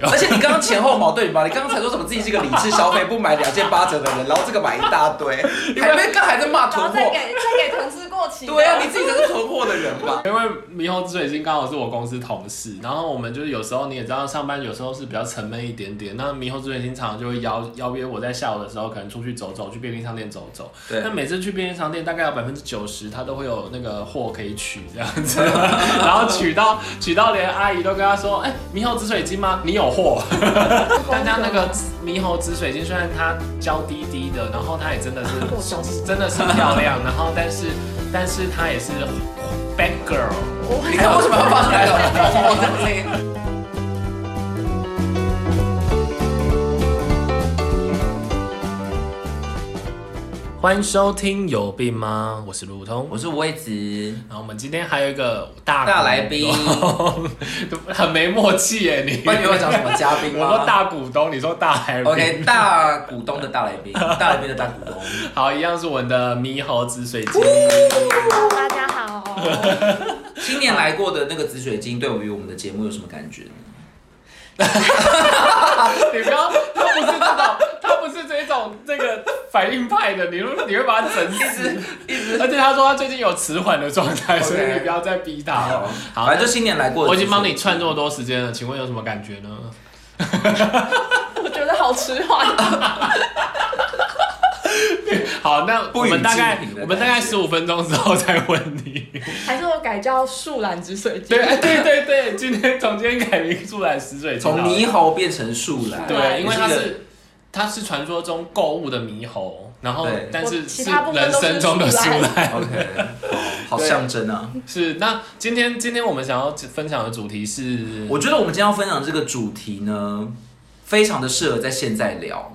而且你刚刚前后矛盾吧？你刚刚才说什么自己是个理智消费，不买两件八折的人，然后这个买一大堆， 还被刚还在骂然囤后再货。给再给同事过期。对啊，你自己才是囤货的人吧？因为猕猴之水晶刚好是我公司同事，然后我们就是有时候你也知道，上班有时候是比较沉闷一点点。那猕猴之水晶常常就会邀邀约我在下午的时候，可能出去走走，去便利商店走走。对那每次去便利商店，大概有百分之九十他都会有那个货可以取这样子， 然后取到取到连阿姨都跟他说：“哎、猕猴紫水晶吗？你有货。”大家那个猕猴紫水晶虽然它娇滴滴的，然后它也真的是真的是漂亮，然后但是但是它也是 bad girl。你看哎为什么要放出来了？我在那里 欢迎收听有病吗？我是路通，我是魏子，然后我们今天还有一个大大来宾股东， 很没默契耶你。不然你要讲什么嘉宾我说吗大股东，你说大来宾。 ？OK，大股东的大来宾，大来宾的大股东。好，一样是我们的猕猴紫水晶。大家好，哦今年来过的那个紫水晶，对于我们的节目有什么感觉呢？你不要，他不是这种，他不是这种这个反应派的，你如你会把他整死。一直而且他说他最近有迟缓的状态， OK 所以你不要再逼他了。好，反正就新年来过的我紫水晶。已经帮你串这么多时间了，请问有什么感觉呢？ 我觉得好迟缓。好，那不我们予大置概评的我们大概感觉十五分钟之后再问你。 还是我改叫树懒紫水晶对。哎对对对，今天从今天改名出来死水从猕猴变成树懒，对，因为它也一个是它是传说中购物的猕猴，然后对哦但我是其是他部分人都是生中的树树懒懒。 OK，好好象征啊！是那今天今天我们想要分享的主题是，我觉得我们今天要分享这个主题呢，非常的适合在现在聊，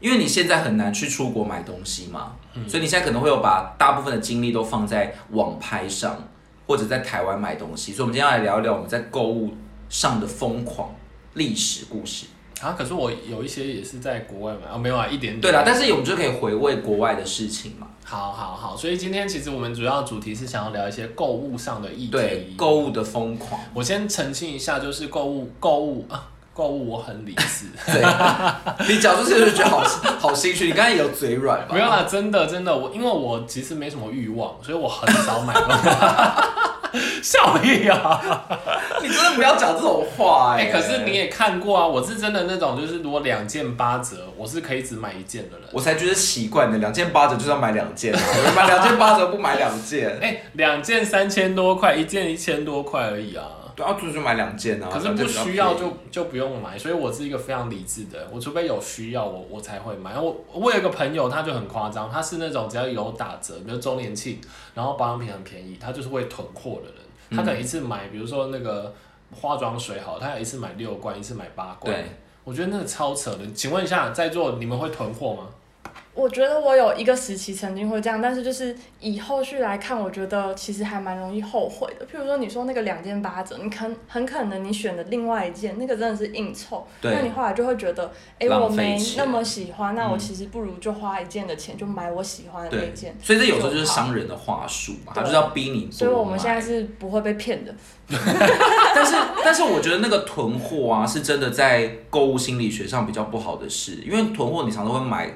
因为你现在很难去出国买东西嘛，嗯所以你现在可能会有把大部分的精力都放在网拍上，或者在台湾买东西，所以我们今天要来聊一聊我们在购物上的疯狂历史故事。啊，可是我有一些也是在国外买啊，没有啊，一点点。对啦，但是我们就可以回味国外的事情嘛，好好好，所以今天其实我们主要主题是想要聊一些购物上的议题。对，购物的疯狂。我先澄清一下，就是购物购物啊，购物我很理 智。 对，你讲出这个就觉得好好心虚，你刚才也有嘴软吧？ 没有啊啦，真的真的，我因为我其实没什么欲望，所以我很少买东西。 笑屁啊！你真的不要讲这种话哎、可是你也看过啊，我是真的那种，就是如果两件八折，我是可以只买一件的人。我才觉得奇怪呢，两件八折就是要买两件啊， 我买两件八折不买两件，哎、两件三千多块，一件一千多块而已啊。对啊，就是买两件啊。可是两件不比较需要便宜就就不用买，所以我是一个非常理智的人，我除非有需要我我才会买。我我有一个朋友他就很夸张，他是那种只要有打折，比如周年庆，然后保养品很便宜，他就是会囤货的人。嗯他可能一次买，比如说那个化妆水好，他一次买六罐，一次买八罐。对，我觉得那个超扯的。请问一下，在座你们会囤货吗？我觉得我有一个时期曾经会这样，但是就是以后续来看，我觉得其实还蛮容易后悔的。譬如说，你说那个两件八折，你很很可能你选的另外一件，那个真的是硬凑，对那你后来就会觉得，哎、浪费我没钱嗯那么喜欢，那我其实不如就花一件的钱就买我喜欢的那一对件，。所以这有时候就是商人的话术嘛，他对就是要逼你多买。所以我们现在是不会被骗的。 但是，但是我觉得那个囤货啊，是真的在购物心理学上比较不好的事，因为囤货你常常会买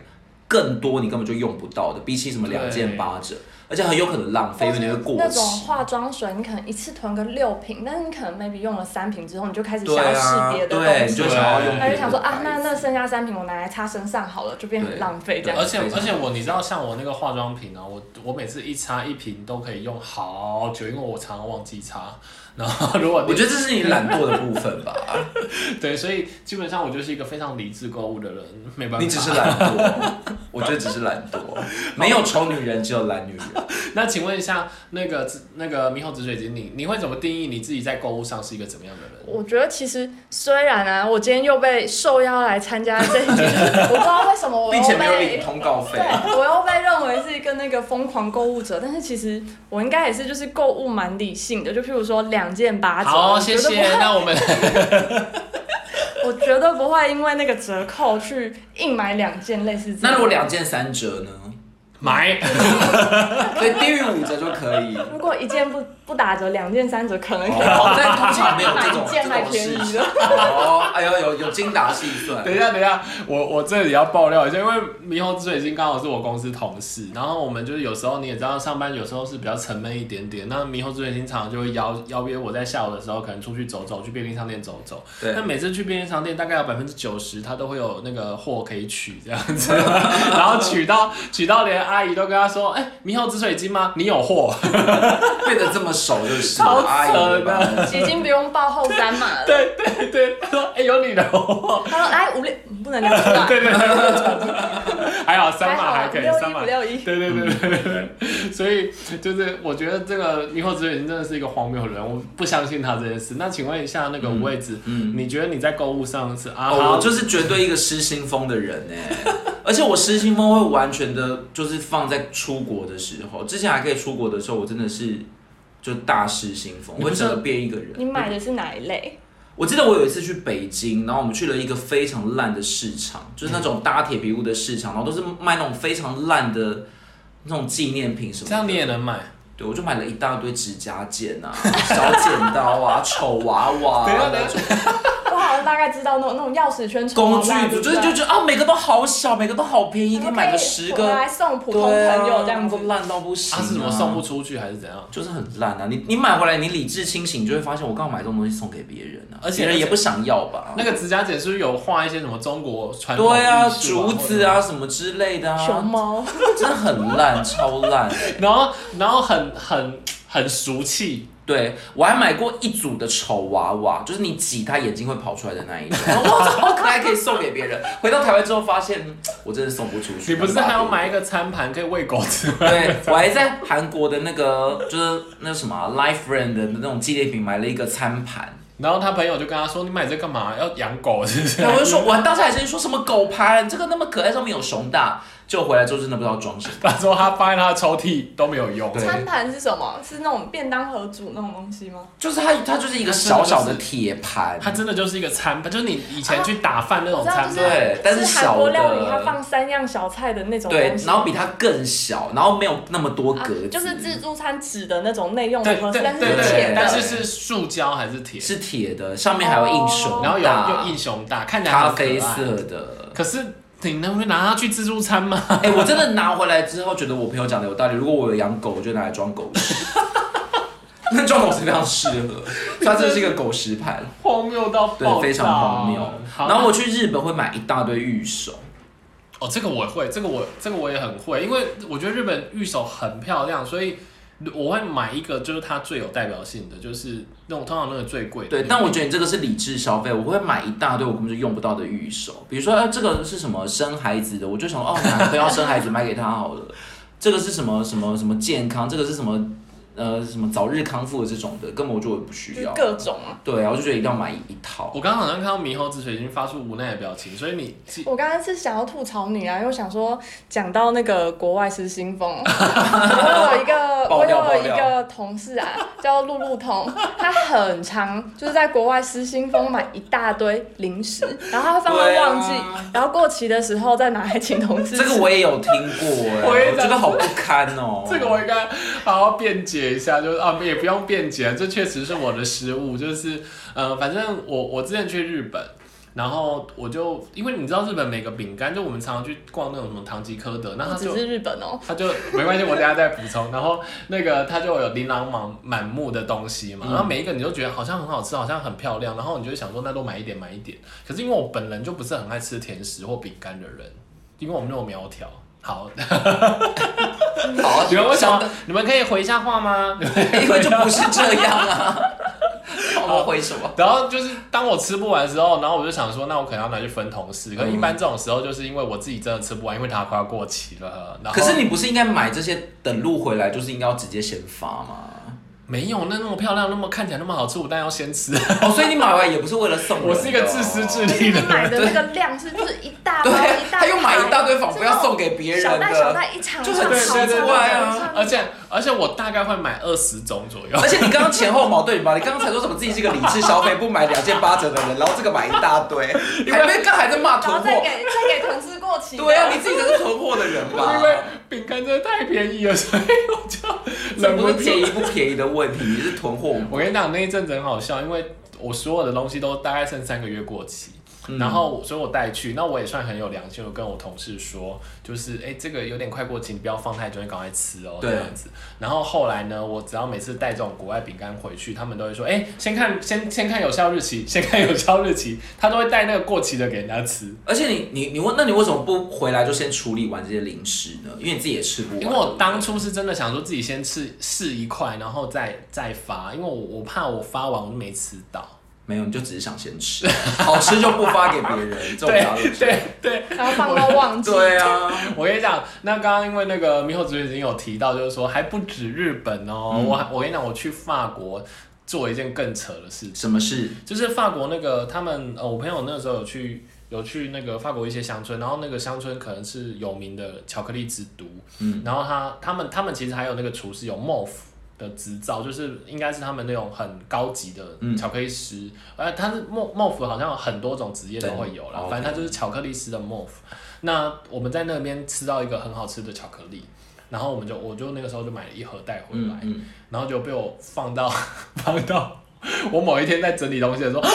更多你根本就用不到的，比起什么两件八折，而且很有可能浪费，因为你会过那种期。化妆水，你可能一次囤个六瓶，但是你可能 maybe 用了三瓶之后，你就开始想对要啊试别，的对，东你西就，想要用对他别就的想说啊，那牌子那剩下三瓶我拿来擦身上好了，就变对很浪费这对样而。且非常而且我你知道，像我那个化妆品啊，我我每次一擦一瓶都可以用好久，因为我常常忘记擦。然后如果我觉得这是你懒惰的部分吧， 对，所以基本上我就是一个非常理智购物的人，没办法。你只是懒惰，我觉得只是懒惰，没有丑女人，只有懒女人。 那请问一下，那个那个猕猴紫水晶，你你会怎么定义你自己在购物上是一个怎么样的人？我觉得其实虽然啊，我今天又被受邀来参加这 一集，我不知道为什么我并又且没有领被。通告费对，，我又被认为是一个那个疯狂购物者，但是其实我应该也是就是购物蛮理性的，就譬如说两件八折，好，我谢绝对不谢。那我们 我绝对不会因为那个折扣去硬买两件类似这那样。如果两件三折呢？买， 所以低于五折就可以。 如果一件不不打折两件三折可能可以哦，在通常没有这买种一件这还种便事宜情。的。哦，哎呦，有有精打细算。等一下，等一下，我我这里要爆料一下，因为猕猴之水晶刚好是我公司同事，然后我们就是有时候你也知道，上班有时候是比较沉闷一点点，那猕猴之水晶常常就会邀邀约我在下午的时候可能出去走走，去便利商店走走。对那每次去便利商店，大概有百分之九十他都会有那个货可以取这样 子，然后取到取到连阿姨都跟他说，哎、猕猴紫水晶吗？你有货？ 变得这么熟就是超扯阿姨了哎吧？已经不用报后三码 了。对对对，他说哎、有你的货，他说：“哎，五六嗯不能聊出 来，对对对，还好三还好码还啊，可五以，六三一码五六一。对对对对对对，所以就是我觉得这个猕猴子人真的是一个荒谬的人，我不相信他这件事。那请问一下那个五位子，嗯，你觉得你在购物上是啊哦，哈我就是绝对一个失心疯的人哎， 而且我失心疯会完全的，就是放在出国的时候，之前还可以出国的时候，我真的是就大失心疯，你我不是整个变一个人。你买的是哪一类？我记得我有一次去北京，然后我们去了一个非常烂的市场，就是那种搭铁皮屋的市场，然后都是卖那种非常烂的那种纪念品什么的。这样你也能买？对，我就买了一大堆指甲剪啊、 小剪刀啊、丑娃娃、 等一下啊、等一我好像大概知道那种那种钥匙圈工虫具啊组，对不就是就对觉得啊，每个都好小，每个都好便宜，然可后以买个十回个来，送普通朋对啊友这样子都。烂到不行、他、啊。是怎么送不？出去还是怎样？就是很烂啊！你你买回来，你理智清醒，你就会发现我刚刚买这种东西送给别人啊，而且别人也不想要吧？那个指甲剪是不是有画一些什么中国传统对啊，艺术竹子，啊什么之类的熊啊，猫，真的很烂， 超烂。或者然后然后很很很俗气，对我还买过一组的丑娃娃，就是你挤它眼睛会跑出来的那 一种，哇，好可爱，可以送给别人。回到台湾之后发现，嗯我真的送不出去。你不是还要？买一个餐盘可以喂狗吃 吗？对，我还在韩国的那个就是那什么、Life 啊 Friend 的那种纪念品买了一个餐盘， 然后他朋友就跟他说：“你买这干嘛？要养狗是不是？” 然后我就说，我当时还先说什么狗盘，这个那么可爱，上面有熊大，就回来之后真的不知道装什么。他说他放在他的抽屉都没有用。对餐盘是什么？是那种便当盒组那种东西吗？就是它，它就是一个小小的铁盘，它真的就是一个餐盘，就是你以前去打饭那啊我种知道，餐就盘。是对但是是韩国小的料理，它放三样小菜的那种对东，西。然后比它更小，然后没有那么多啊格子，就是自助餐纸的那种内用对的盒子，对但对是对是铁的，对但是是塑胶还是铁？是铁的，上面还有哦印熊然后大有有印熊大，看起来咖很可啡爱。色的。可是你能会拿它去自助餐吗？ 哎、我真的拿回来之后，觉得我朋友讲的有道理。如果我有养狗，我就拿来装狗食。那装狗食非常适合，所以它真的是一个狗食盘，荒谬到爆炸！对，非常荒谬。好然后我去日本会买一大堆玉手，哦，这个我会，这个我这个我也很会，因为我觉得日本御守很漂亮，所以我会买一个，就是它最有代表性的，就是那种通常那个最贵的。对，但我觉得你这个是理智消费，我会买一大堆我根本就用不到的玉手，比如说，呃，这个是什么生孩子的，我就想哦，男朋友要生孩子买给他好了。这个是什么什么什么健康，这个是什么呃什么早日康复的这种的，根本我就不需就是要。各种啊。对啊，我就觉得一定要买一套。我刚刚好像看到猕猴紫水晶发出无奈的表情，所以你哦我刚刚是想要吐槽你啊，因为我想说讲到那个国外失 心疯，我有一个爆我料有一爆个同事啊，叫露露彤，她很常就是在国外失心疯买一大堆零食，然后她会放到对啊忘记，然后过期的时候再拿来请同事这吃。个我也有听过、哎，我也想觉得好不堪哦、 这个我应该好好辩解一下，就是啊，也不用辩解，这确实是我的失误，就是呃，反正我我之前去日本。然后我就，因为你知道日本每个饼干，就我们常常去逛那种什么唐吉诃德，那不他只就是日本哦，他就没关系，我等一下再补充。然后那个他就有琳琅满满目的东西嘛，嗯然后每一个你就觉得好像很好吃，好像很漂亮，然后你就会想说那多买一点买一点。可是因为我本人就不是很爱吃甜食或饼干的人，因为我们那种苗条。好， 好啊，你们为什想么？你们可以回一下话吗？因为就不是这样 啊。我回什么？ 然后就是当我吃不完的时候，然后我就想说，那我可能要拿去分同事。可是一般这种时候，就是因为我自己真的吃不完，因为它快要过期了。然后可是你不是应该买这些等路回来，就是应该要直接先发吗？没有那那么漂亮，那么看起来那么好吃，我当然要先吃。哦，所以你买完也不是为了送人的哦、我是一个自私自而且利你的人。买的那个量是就是一大对包啊一，大他又买一大堆仿，这不要种送给别人小袋小的。袋一长就长很好奇啊长怪啊长而且而且我大概会买二十种左右而。且你刚刚前后矛盾吧？你刚刚才说什么自己是个理智消费，不买两件八折的人，然后这个买一大堆，你还没刚还在骂然囤后再货给。再给同事过期的。对啊，你自己才是囤货的人吧？因为饼干真的太便宜了，所以我就这忍不不是住便宜不便宜的问题，你是囤货。我跟你讲，那一阵子很好笑，因为我所有的东西都大概剩三个月过期。嗯然后，所以我带去，那我也算很有良心，我跟我同事说，就是哎，这个有点快过期，你不要放太久，你赶快吃哦，对这样子。然后后来呢，我只要每次带这种国外饼干回去，他们都会说，哎，先看先先看有效日期，先看有效日期，他都会带那个过期的给人家吃，而且你你你问，那你为什么不回来就先处理完这些零食呢？因为你自己也吃不完。因为我当初是真的想说自己先吃试一块，然后再再发，因为我我怕我发完我就没吃到。没有，你就只是想先吃， 好吃就不发给别人，这种对道理。对啊 对，然后放到忘记。对啊，我跟你讲，那刚刚因为那个猕猴子已经有提到，就是说还不止日本哦，嗯我还我跟你讲，我去法国做一件更扯的事情，什么事？就是法国那个他们呃，我朋友那时候有去有去那个法国一些乡村，然后那个乡村可能是有名的巧克力之都，嗯，然后他他们他们其实还有那个厨师有 MOF。的执照就是应该是他们那种很高级的嗯巧克力师，呃，他是 MOF MOF 好像有很多种职业都会有啦，对反正他就是巧克力师的 MOF。那我们在那边吃到一个很好吃的巧克力，然后我们就我就那个时候就买了一盒带回来嗯，嗯，然后就被我放到放到我某一天在整理东西的时候，啊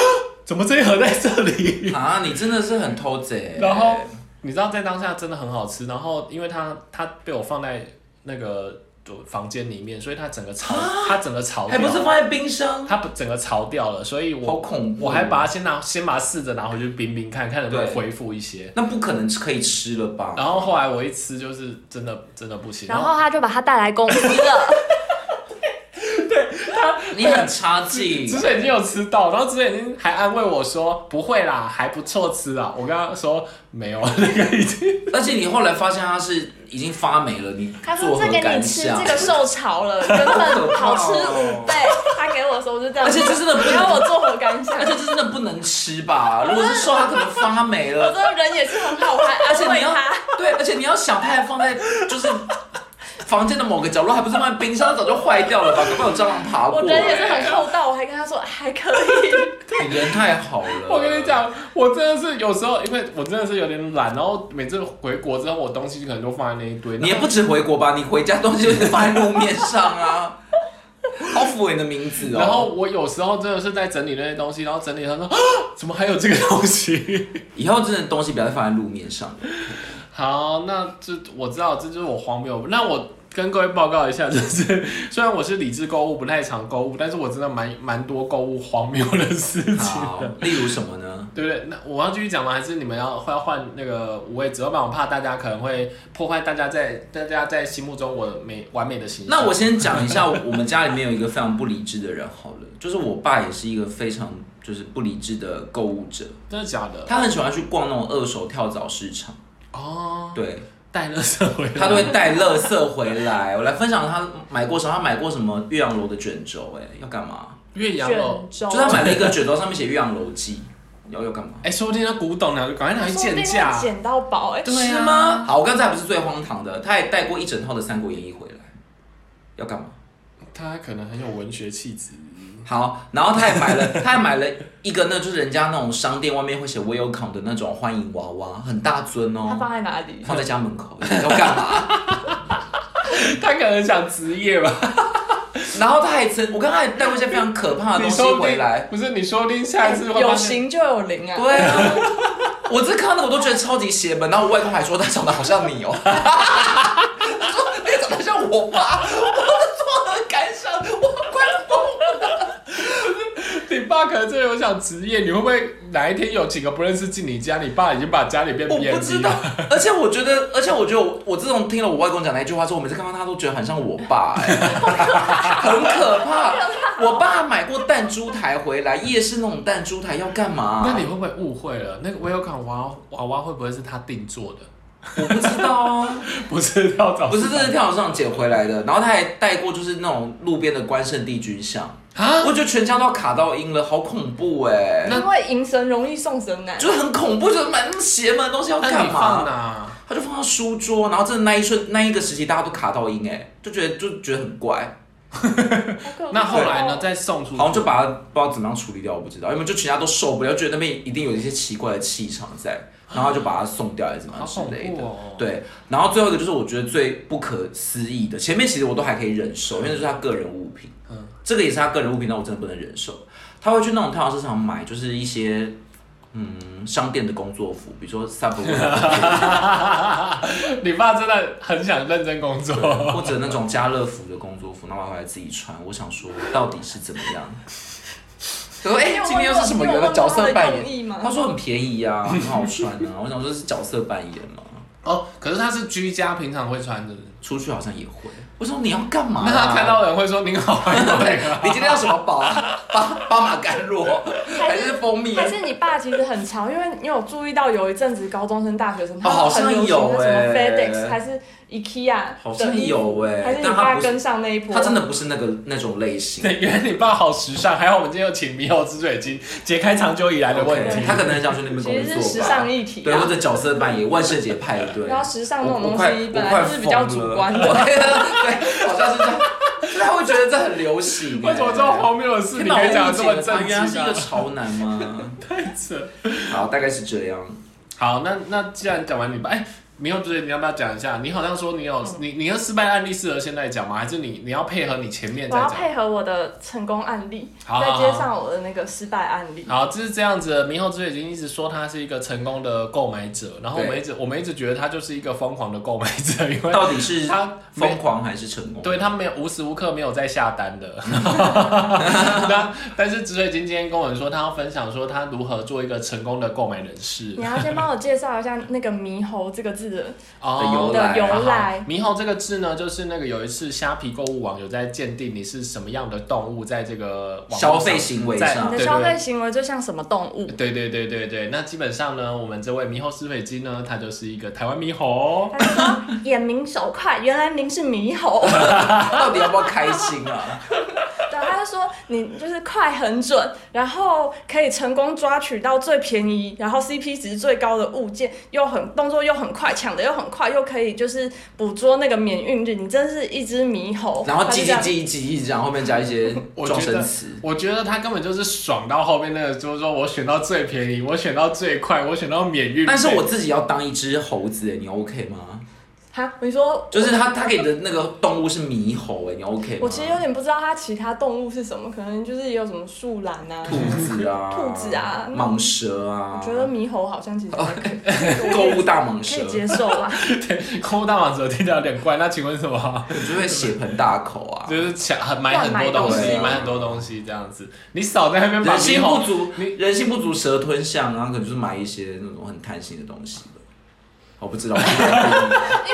怎么这一盒在这里？ 啊，你真的是很偷贼。然后你知道在当下真的很好吃，然后因为它它被我放在那个房间里面，所以它整个潮它整个啊潮还哎不掉是了，放在冰箱，它不整个潮掉了，所以好我恐怖。哦我还把它先拿先把它试着拿回去冰冰看看能不能对恢复一些。那不可能可以吃了吧？然后后来我一吃就是真的真的不行，然后他就把他带来公 司了，你很差 劲。紫水已经有吃到，然后紫水已经还安慰我说不会啦，还不错吃啊。我跟他说没有，那个已经而且你后来发现它是已经发霉了，你他作说何这给感你吃，想？这个受潮 了，原哦本好吃五倍，他给我的时候就这样，而且这真的不不能要我作何感想而？且这真的不能吃吧？如果是说它可能发霉我了，这个人也是很好，我还 而安且慰你要他。 对，而且你要想，它还放在就是房间的某个角落，还不是放在冰箱，它早就坏掉了吧？可不有蟑螂爬过？我人也是很厚道，我还跟他说哎还可 以。你人太好了。我跟你，讲，我真的是有时候，因为我真的是有点懒，然后每次回国之后，我东西可能都放在那一堆。你也不止回国吧？你回家东西就是放在路面上啊，好符合你的名字哦。然后我有时候真的是在整理那些东西，然后整理他说啊，怎么还有这个东西？ 以后真的东西不要再放在路面上。好，那这我知道，这就是我荒谬。那我跟各位报告一下，就是 虽然我是理智购物，不太常购物，但是我真的蛮蛮多购物荒谬的事情好的。，例如什么呢？对不对？那我要继续讲吗？还是你们要要换那个五位只要不然我怕大家可能会破坏大家在大家在心目中我的美完美的形象。那我先讲一下，我们家里面有一个非常不理智的人好了，就是我爸也是一个非常就是不理智的购物者，真的假的？他很喜欢去逛那种二手跳蚤市场，哦，对带了社会，他都会带垃圾回来。我来分享他买过什么，他买过什么岳阳楼的卷轴、哎，要干嘛？岳阳楼卷。就轴，他买了一个卷轴，上面写岳阳楼记，要要干嘛？哎、说不定那古董呢，就赶快拿去说不见定价会。捡到宝哎。对啊是吗？好，我刚才还不是最荒唐的，他也带过一整套的《三国演义》回来，要干嘛？他可能很有文学气质。 好，然后他也买了，他也买了一个那就是人家那种商店外面会写 welcome 的那种欢迎娃娃，很大尊他哦，放在哪里？放在家门口要干嘛？ 他可能想职业吧？然后他还曾，我刚才带过一些非常可怕的你东西说不回定来，不是你说不定下一次会有发现形就有灵啊。 对啊，我这看到那个我都觉得超级邪门，然后我外公还说他长得好像你哦， 他说那个长得像我爸，我作何感想？我快疯了。你爸可能真的有想职业，你会不会哪一天有几个不认识进你家？你爸已经把家里变我 B 不 N 知 G 道了。，而且我觉得，而且我觉得我，我自从听了我外公讲那一句话之后，我每次看到他都觉得很像我爸、哎， 很可怕。我爸买过弹珠台回来，夜市那种弹珠台要干嘛？那你会不会误会了？那个 Welcome 娃娃娃会不会是他定做的？ 我不知道啊，不是跳蚤，不是这是跳蚤市场捡回来的，然后他还带过就是那种路边的关圣帝君像，啊，我觉得全家都要卡到音了，好恐怖哎、那因为迎神容易送神难。就是很恐怖，就是买那么啊邪门的东西要那干你嘛？放哪？他就放到书桌，然后真的那一瞬那一个时期大家都卡到音哎、就觉得就觉得很怪，好可怕那后来呢？？再送出去，好像就把它不知道怎么样处理掉，我不知道，因为就全家都受不了，觉得那边一定有一些奇怪的气场在，然后就把它送掉还是怎么样之好恐类的怖哦。对，然后最后一个就是我觉得最不可思议的，前面其实我都还可以忍受，因为这是他个人物品，嗯这个也是他个人物品，但我真的不能忍受。他会去那种跳蚤市场买，就是一些嗯商店的工作服，比如说 Subway 你爸真的很想认真工作，或者那种家乐福的工作服，然后回来自己穿。我想说，到底是怎么样？他说：“哎、你有今天又是什么问过原来角色扮你有问过他的用意演吗？”他说：“很便宜啊，很好穿啊。”我想说，是角色扮演嘛？ 哦，可是他是居家平常会穿的，出去好像也会。我说：“你要干嘛、啊那他看到人会说您好，你今天要什么 宝啊？巴巴马甘露还是蜂蜜？还是你爸其实很潮，因为你有注意到有一阵子高中生、大学生，他哦好像很流行有那什么欸 FedEx 还是 IKEA 好的像衣服，有哎、还是你但他爸不是跟上那一波？他真的不是那个那种类型。 对，原来你爸好时尚，还好我们今天有请米友之水晶解开长久以来的问 OK，题。他可能很想去那边其工实作是吧。时尚议题对，或啊。者角色扮演、万圣节派对。然后时尚那种我东我快西本来就是比较主观我快的，疯了 对，好像是这样。所以他会觉得这很流行、 为什么这么？荒谬的事天你哪，可以讲我的误解这么了正他，原来是经一个啊？潮男吗？太扯。好，大概是这样。好，那那既然讲完你吧，哎、米友之水，你要不要讲一下？你好像说你有嗯你你的失败案例适合现在讲吗？还是你你要配合你前面我再要讲？配合我的成功案例，好好再好接上我的那个失败案例。好，就是这样子的。明后之已经一直说他是一个成功的购买者，然后我们对一直我们一直觉得他就是一个疯狂的购买者， 因为到底是他没疯狂还是成功？对他没有无时无刻没有在下单的。 那但是紫水晶今天跟我们说，他要分享说他如何做一个成功的购买人士你要先帮我介绍一下那个“猕猴”这个字的哦的由来的由来。猕猴这个字呢，就是那个有一次虾皮购物网有在鉴定你是什么样的动物，在这个网络消费上行为在上你对的对消对费行为就像什么动物？对对对对对，那基本上呢，我们这位猕猴施水鸡呢，它就是一个台湾猕猴。哦他就 说眼明手快，原来您是猕猴。到底要不要开心 啊？对，他就说你就是快很准，然后可以成功抓取到最便宜，然后 CP 值最高的物件，又很动作又很快，抢的又很快，又可以就是捕捉那个免运日。你真是一只猕猴。然后他就叽叽这样叽叽叽，然后后面加一些我撞觉声得词。，我觉得他根本就是爽到后面那个，就是说我选到最便宜，我选到最快，我选到免运费。但是我自己要当一只猴子、欸，你 OK 吗？哈，你说就是他他给的那个动物是猕猴、欸，哎，你 OK 吗？我其实有点不知道它其他动物是什么，可能就是也有什么树懒啊。兔子啊，兔子啊蟒蛇啊，我觉得猕猴好像其实 还可以购物大蟒可蛇以，接受啦。对空大蟒蛇听起来有点怪，那请问 什么？我就会血盆大口啊。就是抢很买很乱多东买东西，西买很多东西这样子。你少在那边把人猕心不猴，足你，人心不足蛇吞象，啊然后可能就是买一些那种很贪心的东西吧我不知道，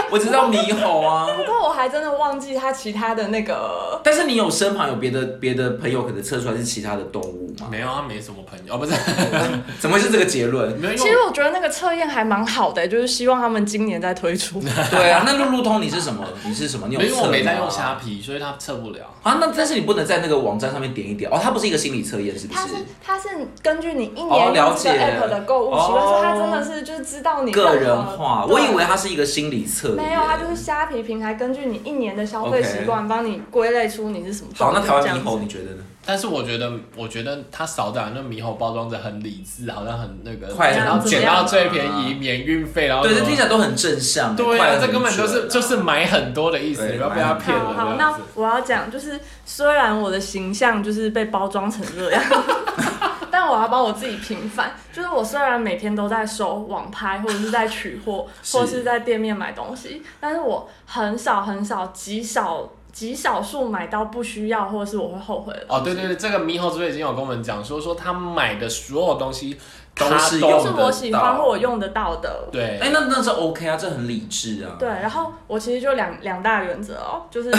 我只知道猕猴啊。不过我还真的忘记它其他的那 个，但是你有身旁有别的别的朋友可能测出来是其他的动物吗？没有啊，没什么朋友，哦不是， 怎么会是这个结论？没有。因其实为我觉得那个测验还蛮好的、欸就是希望他们今年再推出。对啊，那路路通你是什么？你是什么？你因有测啊吗为我没在用虾皮，所以它测不了。啊？那但是你不能在那个网站上面点一点哦，它不是一个心理测验，是不它是是？它是根据你一哦年了用解这个 app 的购物习惯，哦所以它真的是就是知道你任何个人化，对我以为它是一个心理测验。没有，它就是虾皮平台根据你一年的消费 OK 习惯帮你归类出你是什么动好，物那台湾这样猕子猴你觉得呢？但是我觉得，我觉得它少打那猕猴包装着很理智，好像很那个，快捡到很捡到最怎么便样啊宜，免运费，然后对，什这么听起来都很正向。对快啊很，这根本准就是啊就是买很多的意思，对你不要被他骗好好，了这样那子。我要讲就是，虽然我的形象就是被包装成这样， 但我要帮我自己平反。就是我虽然每天都在收网拍，或者是在取货，是或是在店面买东西，但是我很少很少极少极少数买到不需要或者是我会后悔的。哦，对对对，这个猕猴之前已经有跟我们讲说，说他买的所有东西都他是都用是得我喜欢到或我用得到的。对哎，那那是 OK 啊，这很理智啊。对，然后我其实就两两大原则哦，就是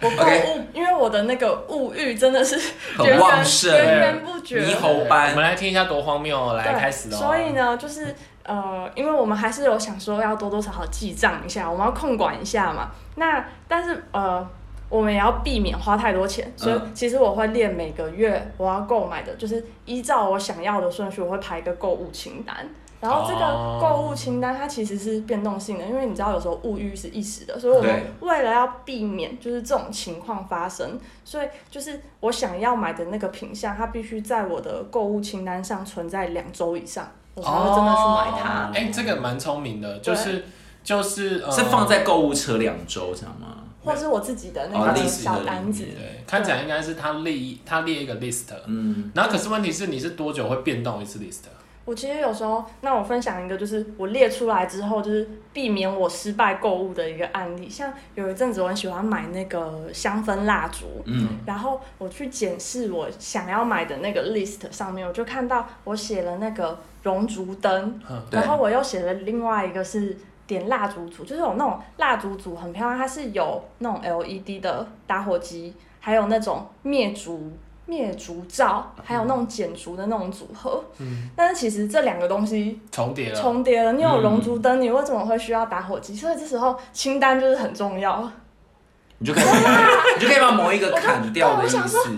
我购 OK 物，因为我的那个物欲真的是很源源旺盛源源不绝，猕猴我班们来听一下多荒谬哦，来对，开始喽。所以呢，就是呃，因为我们还是有想说要多多少少记账一下，我们要控管一下嘛。那但是呃，我们也要避免花太多钱，所以嗯其实我会列每个月我要购买的，就是依照我想要的顺序，我会排一个购物清单。然后这哦个购物清单它其实是变动性的，因为你知道有时候物欲是一时的，所以我们为了要避免就是这种情况发生，所以就是我想要买的那个品项，它必须在我的购物清单上存在两周以上，我才会真的去买它。哦哎、这个蛮聪明的，就对是就是、呃、是放在购物车两周，这样吗？或是我自己的哦那历个史的小单子里，面对，看起来应该是他列他列一个 list，嗯，然后可是问题是你是多久会变动一次 list？我其实有时候，那我分享一个，就是我列出来之后，就是避免我失败购物的一个案例。像有一阵子我很喜欢买那个香氛蜡烛，嗯，然后我去检视我想要买的那个 list 上面，我就看到我写了那个熔烛灯，哼对然后我又写了另外一个是点蜡烛组，就是有那种蜡烛组很漂亮，它是有那种 LED 的打火机，还有那种灭烛。灭烛罩，还有那种减烛的那种组合，嗯但是其实这两个东西重叠了。嗯重叠了。你有熔烛灯，你为什么会需要打火机？所以这时候清单就是很重要。你就可以，你就可以把某一个砍掉的意我就思。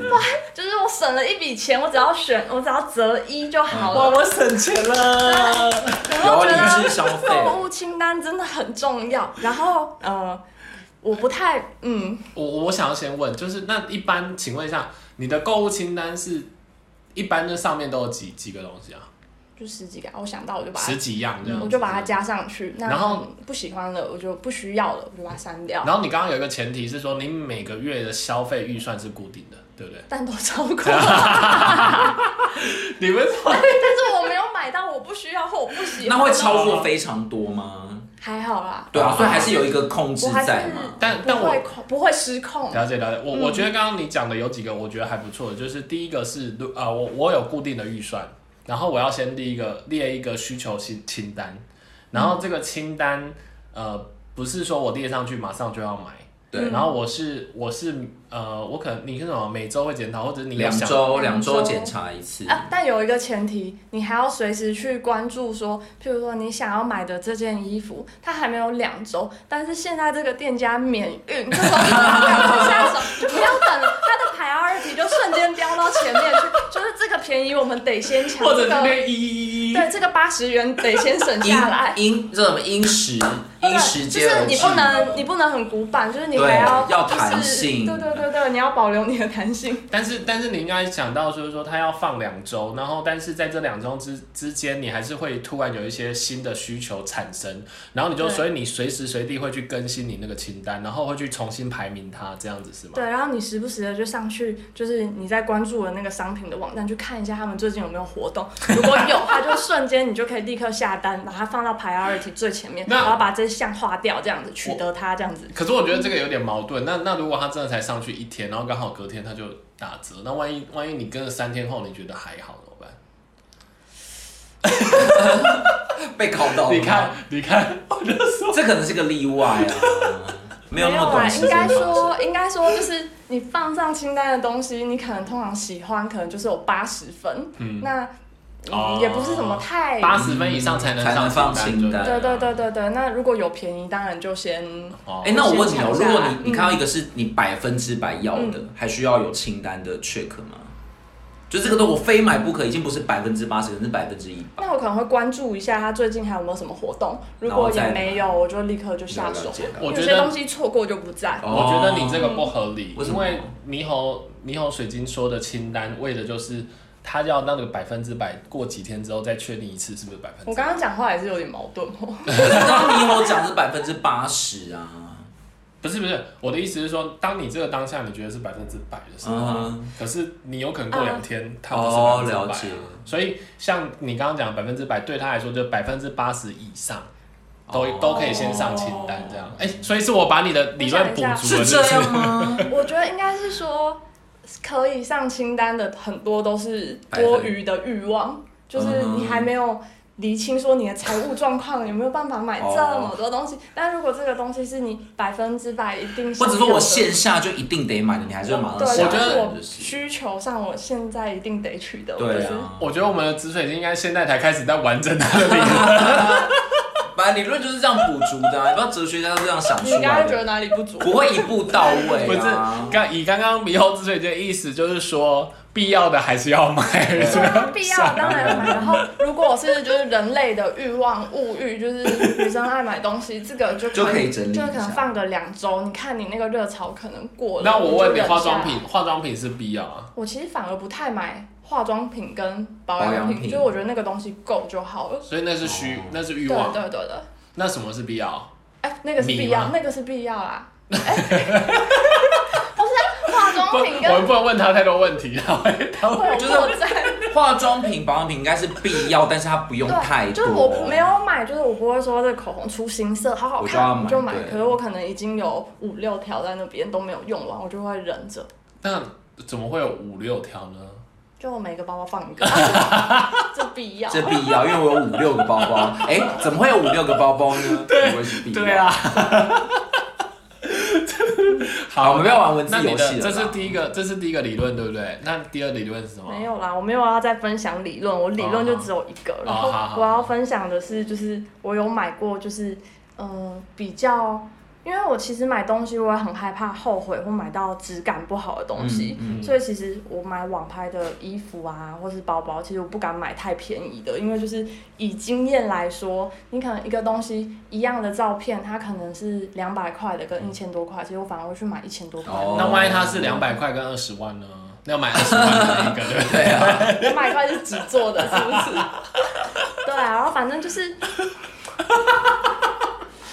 就是我省了一笔钱，我只要选，我只要择一就好哇，了。我省钱了。然后我你觉就是得消费，购物清单真的很重要。然后呃，我不太嗯，我我想要先问，就是那一般，请问一下，你的购物清单是一般那上面都有几几个东西啊？就十几个，我想到我就把它十几样这样子我就把它。加上去。那然后嗯不喜欢了，我就不需要了，我就把它删 掉。然后你刚刚有一个前提是说，你每个月的消费预算是固定的，对不对？啊但都超过，但你们是我没有买到我不需要或我不喜欢的。那会超过非常多吗？还好啦，对啊，所以还是有一个控制我还是在嘛。但不但我会控不会失控。了解了解，我嗯我觉得刚刚你讲的有几个我觉得还不错的，就是第一个是如呃我我有固定的预算，然后我要先列一个列一个需求清清单，然后这个清单呃不是说我列上去马上就要买，对然后我是我是呃我可能你是什么每周会检讨，或者你有两想周，两两周周检查一次。啊，但有一个前提，你还要随时去关注说，譬如说你想要买的这件衣服，它还没有两周，但是现在这个店家免运，这时候你就赶快下手，就不要等了，它的 priority 就瞬间飙到前面去，就是这个便宜我们得先抢，或这者今个天一一一一对这个八十元得先省因下来。因这种因时因时就间是而你制不能，你嘛。不能很古板，就是你对还要要就是弹性对对对对，你要保留你的弹性。但是但是你应该想到，就是说他要放两周，然后但是在这两周之之间，你还是会突然有一些新的需求产生，然后你就对所以你随时随地会去更新你那个清单，然后会去重新排名它，这样子是吗？对，然后你时不时的就上去，就是你在关注的那个商品的网站去看一下他们最近有没有活动，如果有，它就瞬间你就可以立刻下单，把它放到 priority 最前面，那然后把这项划掉，这样子取得它这样子。可是我觉得这个有点矛盾。那那如果他真的才上去一天，然后刚好隔天他就打折，那万一万一你跟了三天后你觉得还好怎么办？被考到了吗你看，你看，我就说这可能是个例外啊，没有那么啦，短时啊间发应该生。说，应该说就是你放上清单的东西，你可能通常喜欢，可能就是有八十分，嗯那、嗯哦也不是什么太。八十分以上才能才能上放清清单单就对了，对对对对，那如果有便宜，当然就先哦。哎、那我问你哦、先抢如下来果你你嗯看到一个是你百分之百要的，还需要有清单的 check 吗？就这个东西我非买不可，已经不是百分之八十，可能是百分之一百。那我可能会关注一下他最近还有没有什么活动，如果也没有，我就立刻就下手了解了。我有觉得些东西错过就不在。哦我觉得你这个不合理，为什因么为猕猴猕猴水晶说的清单，为的就是他要那个百分之百，过几天之后再确定一次是不是百分我之百。刚刚讲话也是有点矛盾 哦。刚刚猕猴讲是百分之八十啊，不是不是，我的意思是说，当你这个当下你觉得是百分之百的时候，嗯，可是你有可能过两天、它不是百哦分之了百解啊。所以像你刚刚讲百分之百，对他来说就百分之八十以上。都、哦都可以先上清单这样，哎、所以是我把你的理论我想一下补足了，是是不这是样吗？我觉得应该是说，可以上清单的很多都是多余的欲望，就是你还没有厘清说你的财务状况，有没有办法买这么多东西。但如果这个东西是你百分之百一定想哦或要的，者说我线下就一定得买的，你还是会马上对，啊下我觉就是得单，我就是需求上，我现在一定得取得。我对就是啊，我觉得我们的紫水晶应该现在才开始在完整它的理论。本来理论就是这样补足的、啊，你不知道哲学家都这样想你出刚来刚觉的，得哪里不足？不会一步到位、啊。不是，刚以刚刚猕猴之水的意思，就是说必要的还是要买， 是对吧啊，必要当然买。然后，如果是就是人类的欲望、物欲，就是女生爱买东西，这个就就可可以整理一就下可能放个两周。你看你那个热潮可能过了，那我问你，就忍下化妆品，化妆品是必要啊？我其实反而不太买化妆品跟保保养养品品，就是我觉得那个东西够就好了。所以那是虚，哦那是欲对望。对对对，那什么是必要？哎、那个是必你要吗，那个是必要啦。哎、 不是、啊、化不，妆品我们跟不能问他太多问题，啊他会他会会有就是破绽。化妆品、保养品应该是必要，但是它不用太对，多。就是我没有买，就是我不会说这口红出新色，好好我就要看买我就买对。可是我可能已经有五六条在那边都没有用完，我就会忍着， 那怎么会有五六条呢？就每个包包放 一个， 这必要。这必要，因为我有五六个包 包。哎、怎么会有五六个包包呢？对，不会是必要。对， 啊。好，我们不要玩文字那你游戏的了。这是，第一个，这是第一个理论，对不对？那第二理论是什么？没有啦，我没有要再分享理论，我理论就只有一个。然哦好好后我要分享的是，就是我有买过，就是嗯、呃比较，因为我其实买东西我也很害怕后悔或买到质感不好的东西，嗯嗯所以其实我买网拍的衣服啊，或是包包，其实我不敢买太便宜的，因为就是以经验来说，你可能一个东西一样的照片，它可能是两百块的跟一千多块，其实我反而会去买一千多块的。哦那万一它是两百块跟二十万呢？那要买二十万的一个，对不对？ 两百块是纸做的，是不是？ 对啊，然后反正就是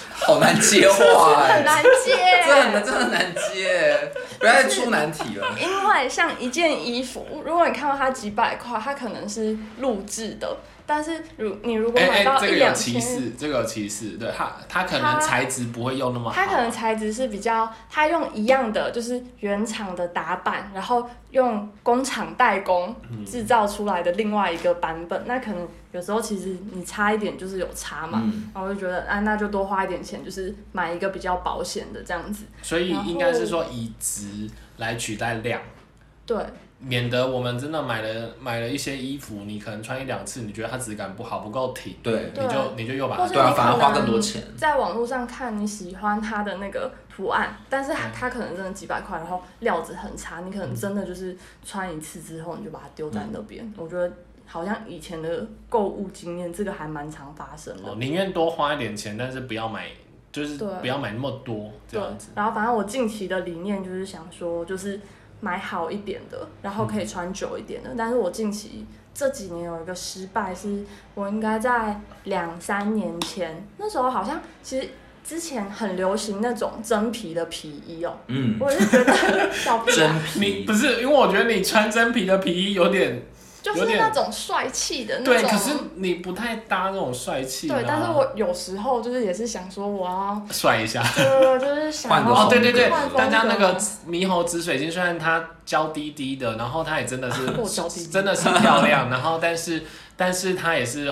好难接话、很哎，难这很难，接。这很难接，不要再出难题了。因为像一件衣服，如果你看到它几百块，它可能是录制的，但是如你如果哎买哎，到这一个有两歧千，视，这个有歧视，对它它可能它材质不会用那么好，它可能材质是比较，它用一样的就是原厂的打版，然后用工厂代工嗯制造出来的另外一个版本，那可能有时候其实你差一点就是有差嘛，嗯然后我就觉得啊，那就多花一点钱，就是买一个比较保险的这样子。所以应该是说以值来取代量，对，免得我们真的买了买了一些衣服，你可能穿一两次，你觉得它质感不好，不够挺，对你就你就又把它或是对啊你反而可花能更多钱在网络上看你喜欢它的那个图案，但是嗯它它可能真的几百块，然后料子很差，你可能真的就是穿一次之后你就把它丢嗯在那边。我觉得好像以前的购物经验，这个还蛮常发生的哦。宁愿多花一点钱，但是不要买，就是对不要买那么多这对样子。，然后反正我近期的理念就是想说，就是买好一点的，然后可以穿久一点的。但是我近期这几年有一个失败，是我应该在两三年前，那时候好像其实之前很流行那种真皮的皮衣 哦、嗯，我也是觉得小啊屁孩真你皮 不是因为我觉得你穿真皮的皮衣有点 就是那种帅气的那种。对，可是你不太搭那种帅气的啊。对，但是我有时候就是也是想说，我要帅 一下。就是就是换想个要风哦，对对对格换，风大家格那个猕猴紫水晶，虽然它娇滴滴的，然后它也真的是 我娇滴滴真的是漂亮，然后但是但是它也是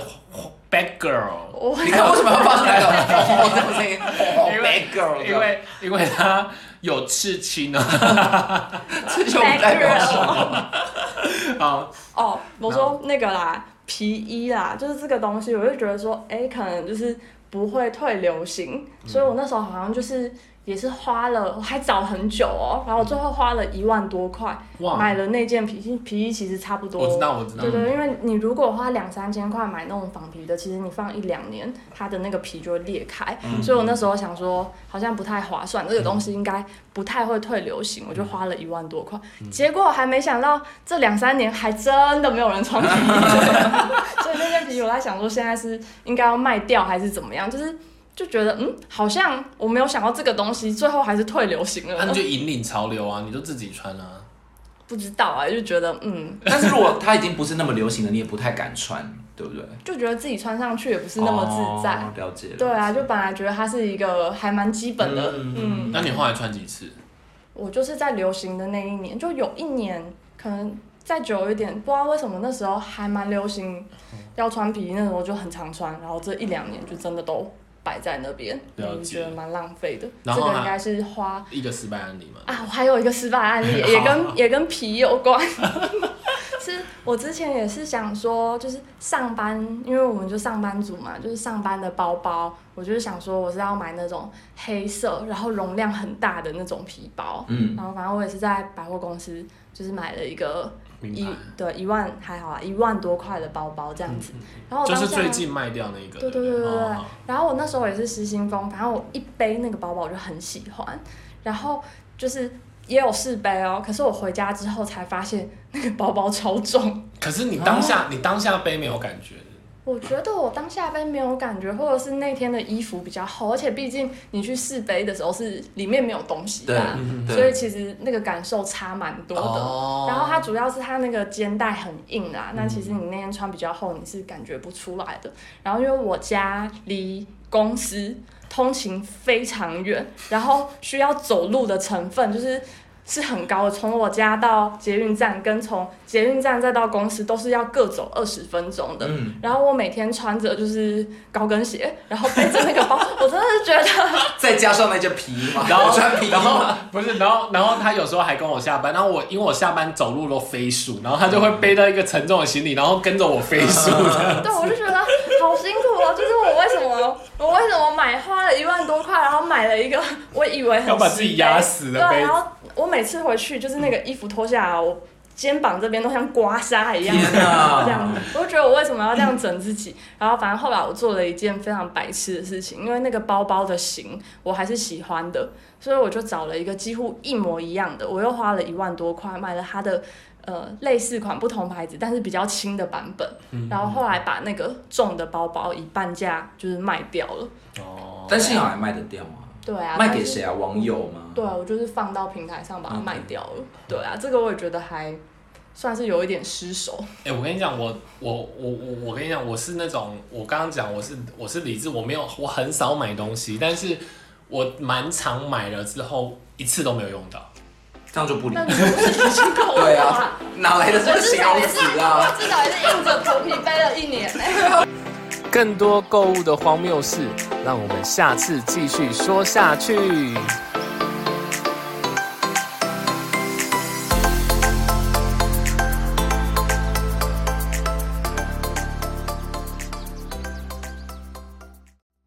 bad girl，我你看为什么要放出来个轰轰这种声音？轰轰 bad girl，因为因为它有刺青啊。 这就不代表什么。啊哦，我然说那个啦，皮衣啦，就是这个东西，我就觉得说，哎、可能就是不会退流行，所以我那时候好像就是也是花了，我还找很久哦，然后我最后花了一万多块哇，哦买了那件皮衣，皮衣其实差不多。我知道我知道对。对，因为你如果花两三千块买那种仿皮的，其实你放一两年，它的那个皮就会裂开。所以我那时候想说，好像不太划算，这个东西应该不太会退流行，我就花了一万多块。结果还没想到，这两三年还真的没有人穿皮，所以那件皮我在想说，现在是应该要卖掉还是怎么样？就是就觉得嗯，好像我没有想到这个东西最后还是退流行那了你，就引领潮流啊，你就自己穿啊。不知道啊，就觉得嗯，但是如果它已经不是那么流行的，你也不太敢穿，对不对？就觉得自己穿上去也不是那么自在。哦了解。了解对啊，就本来觉得它是一个还蛮基本的，嗯，那你后来穿几次？我就是在流行的那一年，就有一年可能再久一点，不知道为什么那时候还蛮流行要穿皮衣，那时候就很常穿，然后这一两年就真的都摆在那边，了我就解觉得蛮浪费的。然这后个呢应该是花一个失败案例嘛。哎啊，我还有一个失败案例，也跟也跟皮有关，是 就是我之前也是想说，就是上班，因为我们就上班族嘛，就是上班的包包，我就是想说我是要买那种黑色，然后容量很大的那种皮包。嗯，然后反正我也是在百货公司，就是买了一个一明白。对一万还好啊，一万多块的包包这样子。然后我嗯就哦当是下最近卖掉那个。对对对对对对哦好然后我那时候也是失心疯，反正我一背那个包包我就很喜欢，然后就是也有试背哦，可是我回家之后才发现那个包包超重。可是你当下，你当下背没有感觉，我觉得我当下背没有感觉，或者是那天的衣服比较厚，而且毕竟你去试背的时候是里面没有东西对嗯的、对嗯所以其实那个感受差蛮多的。哦然后它主要是它那个肩带很硬啦，那其实你那天穿比较厚，你是感觉不出来的。然后因为我家离公司通勤非常远，然后需要走路的成分就是。是很高的，从我家到捷运站，跟从捷运站再到公司都是要各走二十分钟的。嗯，然后我每天穿着就是高跟鞋，然后背着那个包，我真的是觉得再加上那件皮衣嘛， 然后我穿皮衣然后嘛，不是，然后然后他有时候还跟我下班，然后我因为我下班走路都飞速，然后他就会背到一个沉重的行李，然后跟着我飞速的。对，我就觉得好辛苦哦。就是我为什么，我为什么买花了一万多块，然后买了一个我以为很要把自己压死的对，杯子然后我每次回去就是那个衣服脱下来，我肩膀这边都像刮痧一样。天哪 这样，我就觉得我为什么要这样整自己？ 然后反正后来我做了一件非常白痴的事情，因为那个包包的型我还是喜欢的，所以我就找了一个几乎一模一样的，我又花了一万多块买了它的呃类似款不同牌子，但是比较轻的版本，嗯然后后来把那个重的包包以半价就是卖掉了。哦， 但幸好还卖得掉嘛，对啊，卖但给是谁嗯啊？网友吗？对啊，我就是放到平台上把它 OK 卖掉了。对啊，这个我也觉得还算是有一点失手。 哎、我跟你讲，我我我我我跟你讲，我是那种我刚刚讲我是我是理智，我没有我很少买东西，但是我蛮常买了之后一次都没有用到。这样就不理那解你。不是已经够对了啊吗？，哪来的这个形容词啊？至少也是硬着头皮背了一年、更多购物的荒谬事，让我们下次继续说下去。